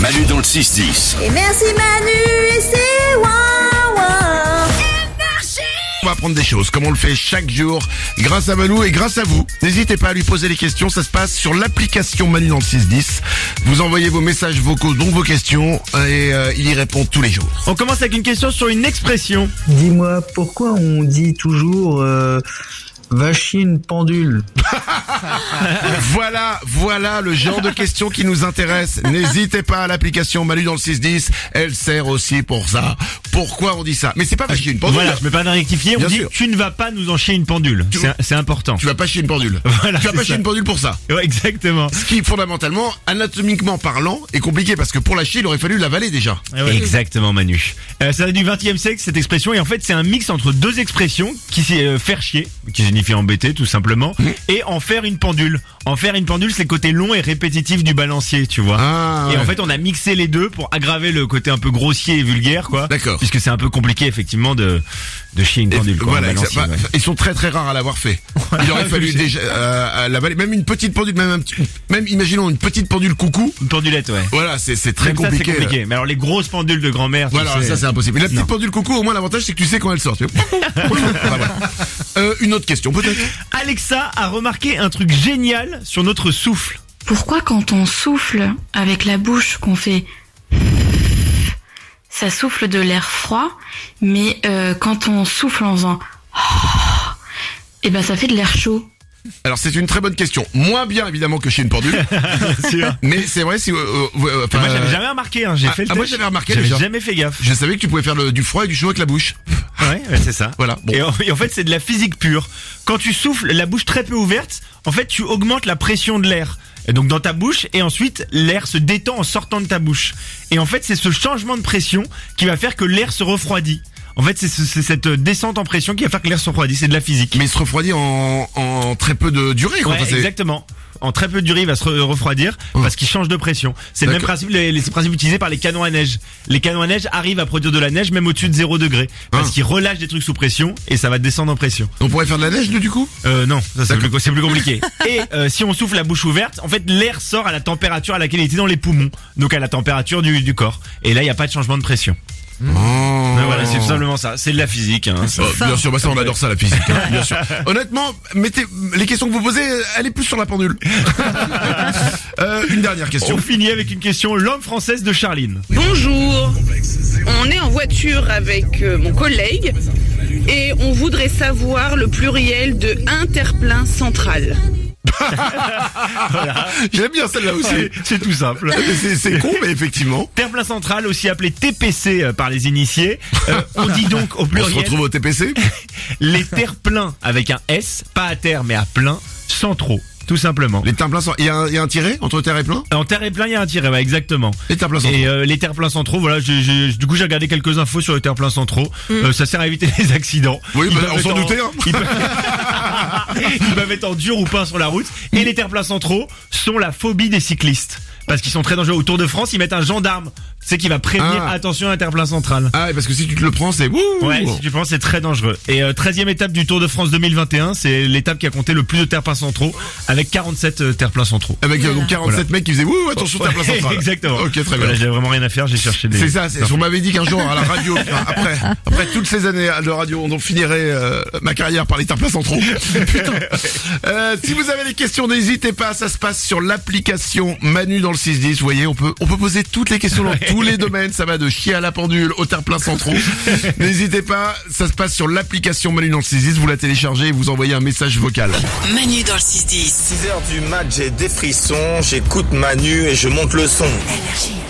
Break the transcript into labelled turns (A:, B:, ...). A: Manu dans le 6-10.
B: Et merci Manu et c'est Wawa.
C: On va apprendre des choses, comme on le fait chaque jour, grâce à Malou et grâce à vous. N'hésitez pas à lui poser les questions, ça se passe sur l'application Manu dans le 610. Vous envoyez vos messages vocaux, donc vos questions, et euh, il y répond tous les jours.
D: On commence avec une question sur une expression.
E: Dis-moi, pourquoi on dit toujours euh, va chier une pendule
C: Voilà, voilà le genre de questions qui nous intéresse. N'hésitez pas à l'application Manu dans le 610, elle sert aussi pour ça. Pourquoi on dit ça Mais c'est pas parce qu'il y a une pendule.
D: Voilà, je mets pas de rectifier. On
C: Bien
D: dit
C: sûr.
D: tu ne vas pas nous en chier une pendule.
C: Tu-
D: C'est- C'est important.
C: Tu vas pas chier une pendule.
D: Voilà,
C: tu vas
D: c'est
C: pas chier
D: ça.
C: une pendule pour ça.
D: Ouais, exactement.
C: Ce qui, fondamentalement, anatomiquement parlant, est compliqué parce que pour la chier, il aurait fallu l'avaler déjà.
D: Exactement, Manu. Euh, ça date du 20 e siècle, cette expression. Et en fait, c'est un mix entre deux expressions qui c'est euh, faire chier, qui signifie embêter, tout simplement, et en faire une pendule. En faire une pendule, c'est le côté long et répétitif du balancier, tu vois.
C: Ah,
D: Et en
C: ouais.
D: fait, on a mixé les deux pour aggraver le côté un peu grossier et vulgaire, quoi.
C: D'accord.
D: Puisque c'est un peu compliqué, effectivement, de, de chier une
C: Et-
D: pendule. quoi, en
C: voilà, exa-
D: balancier,
C: bah,
D: ouais.
C: ils sont très très rares à l'avoir fait. Il aurait fallu
D: Je sais.
C: déjà euh, à l'avaler, même une petite pendule, même un petit- même imaginons une petite pendule coucou.
D: Une pendulette, ouais.
C: Voilà, c'est c'est très
D: Même ça, c'est
C: compliqué.
D: compliqué. Mais alors, les grosses pendules de grand-mère, tu
C: Voilà,
D: sais,
C: ça c'est impossible. Mais la petite
D: Non.
C: pendule coucou, au moins l'avantage c'est que tu sais quand elle sort. Tu fais- Enfin, voilà. Euh, une autre question peut-être.
D: Alexa a remarqué un truc génial sur notre souffle.
F: Pourquoi quand on souffle avec la bouche qu'on fait ça souffle de l'air froid, mais euh, quand on souffle en faisant et ben ça fait de l'air chaud.
C: Alors c'est une très bonne question. Moins bien évidemment que chez une pendule,
D: Bien sûr.
C: mais c'est vrai. Si, euh, euh, euh, enfin,
D: moi, j'avais
C: euh,
D: jamais remarqué, hein. J'ai
C: ah,
D: fait le
C: ah,
D: test.
C: moi, j'avais remarqué
D: J'avais
C: déjà.
D: jamais fait gaffe.
C: je savais que tu pouvais faire le- du froid et du chaud avec la bouche.
D: Ouais, ouais, c'est ça.
C: Voilà. Bon.
D: Et, oh. en, et en fait, c'est de la physique pure. Quand tu souffles la bouche très peu ouverte, en fait, tu augmentes la pression de l'air. Et Donc dans ta bouche et ensuite l'air se détend en sortant de ta bouche. Et en fait, c'est ce changement de pression qui va faire que l'air se refroidit. En fait, c'est ce- c'est cette descente en pression qui va faire que l'air se refroidit. C'est de la physique.
C: Mais il se refroidit en, en très peu de durée. quoi.
D: Ouais,
C: Enfin, c'est-
D: exactement. En très peu de durée, il va se re- refroidir parce qu'il change de pression. C'est le même
C: Oh. D'accord.
D: principe, les, les principes utilisés par les canons à neige. Les canons à neige arrivent à produire de la neige même au-dessus de 0 degré parce
C: Hein.
D: qu'ils relâchent des trucs sous pression et ça va descendre en pression.
C: On pourrait faire de la neige nous, du coup
D: Euh, non, ça c'est plus, c'est plus compliqué. et euh, si on souffle la bouche ouverte, en fait l'air sort à la température à laquelle il était dans les poumons, donc à la température du, du corps. Et là, il n'y a pas de changement de pression.
C: Oh.
D: Ouais, Voilà, c'est tout simplement ça. C'est de la physique. Hein, ça.
C: Bah, bien sûr, bah ça on adore ça la physique. hein, bien sûr. Honnêtement, mettez les questions que vous posez, euh, allez plus sur la pendule. Euh, une dernière question.
D: On finit avec une question langue française de Charline.
G: Bonjour, on est en voiture avec euh, mon collègue et on voudrait savoir le pluriel de interplein central.
C: J'aime bien celle-là aussi.
D: C'est c'est tout simple.
C: C'est- C'est con, mais effectivement.
D: Terre-plein central, aussi appelé TPC euh, par les initiés. Euh, on dit donc au
C: On se
D: pluriel
C: retrouve au TPC.
D: les terre-pleins avec un S, pas à terre mais à plein, sans trop, tout simplement.
C: Les terres sont. Il y, a un- il y a un tiret entre terre et plein
D: En terre et plein, il y a un tiret, ouais, exactement.
C: Les terres sont.
D: Et euh, les terre-pleins centraux, voilà, j'ai- j'ai- du coup j'ai regardé quelques infos sur les terre-pleins centraux. Euh, ça sert à éviter les accidents.
C: Mm. Oui,
D: Ils
C: bah,
D: peuvent
C: on
D: être
C: s'en
D: en-
C: doutait. Hein.
D: Ils peuvent... Ils peuvent être en dur ou pas sur la route. Et les terre-pleins centraux sont la phobie des cyclistes. Parce qu'ils sont très dangereux. Au Tour de France, ils mettent un gendarme. C'est qui va prévenir
C: Ah.
D: attention à terre-plein central.
C: Ah, et parce que si tu te le prends, c'est. Ouh
D: Ouais, si tu penses, c'est très dangereux. Et euh, 13e étape du Tour de France 2021, c'est l'étape qui a compté le plus de terre-plein centraux, avec 47 euh, terre-plein centraux.
C: Avec euh, donc 47 mecs qui faisaient ouh attention terre plein centrale.
D: Exactement.
C: Ok, très bien.
D: Voilà, J'ai vraiment rien à faire, j'ai cherché des...
C: C'est ça, c'est, on m'avait dit qu'un jour à la radio, putain, après, après toutes ces années de radio, on finirait euh, ma carrière par les place en trop. Putain. Euh, si vous avez des questions, n'hésitez pas, ça se passe sur l'application Manu dans le 610. Vous voyez, on peut, on peut poser toutes les questions dans tous les domaines. Ça va de chier à la pendule au terre-plein centraux. n'hésitez pas, ça se passe sur l'application Manu dans le 610. Vous la téléchargez et vous envoyez un message vocal.
H: Manu dans le 6-10.
I: 6 heures du match, j'ai des frissons, j'écoute Manu et je monte le son.
H: Énergie.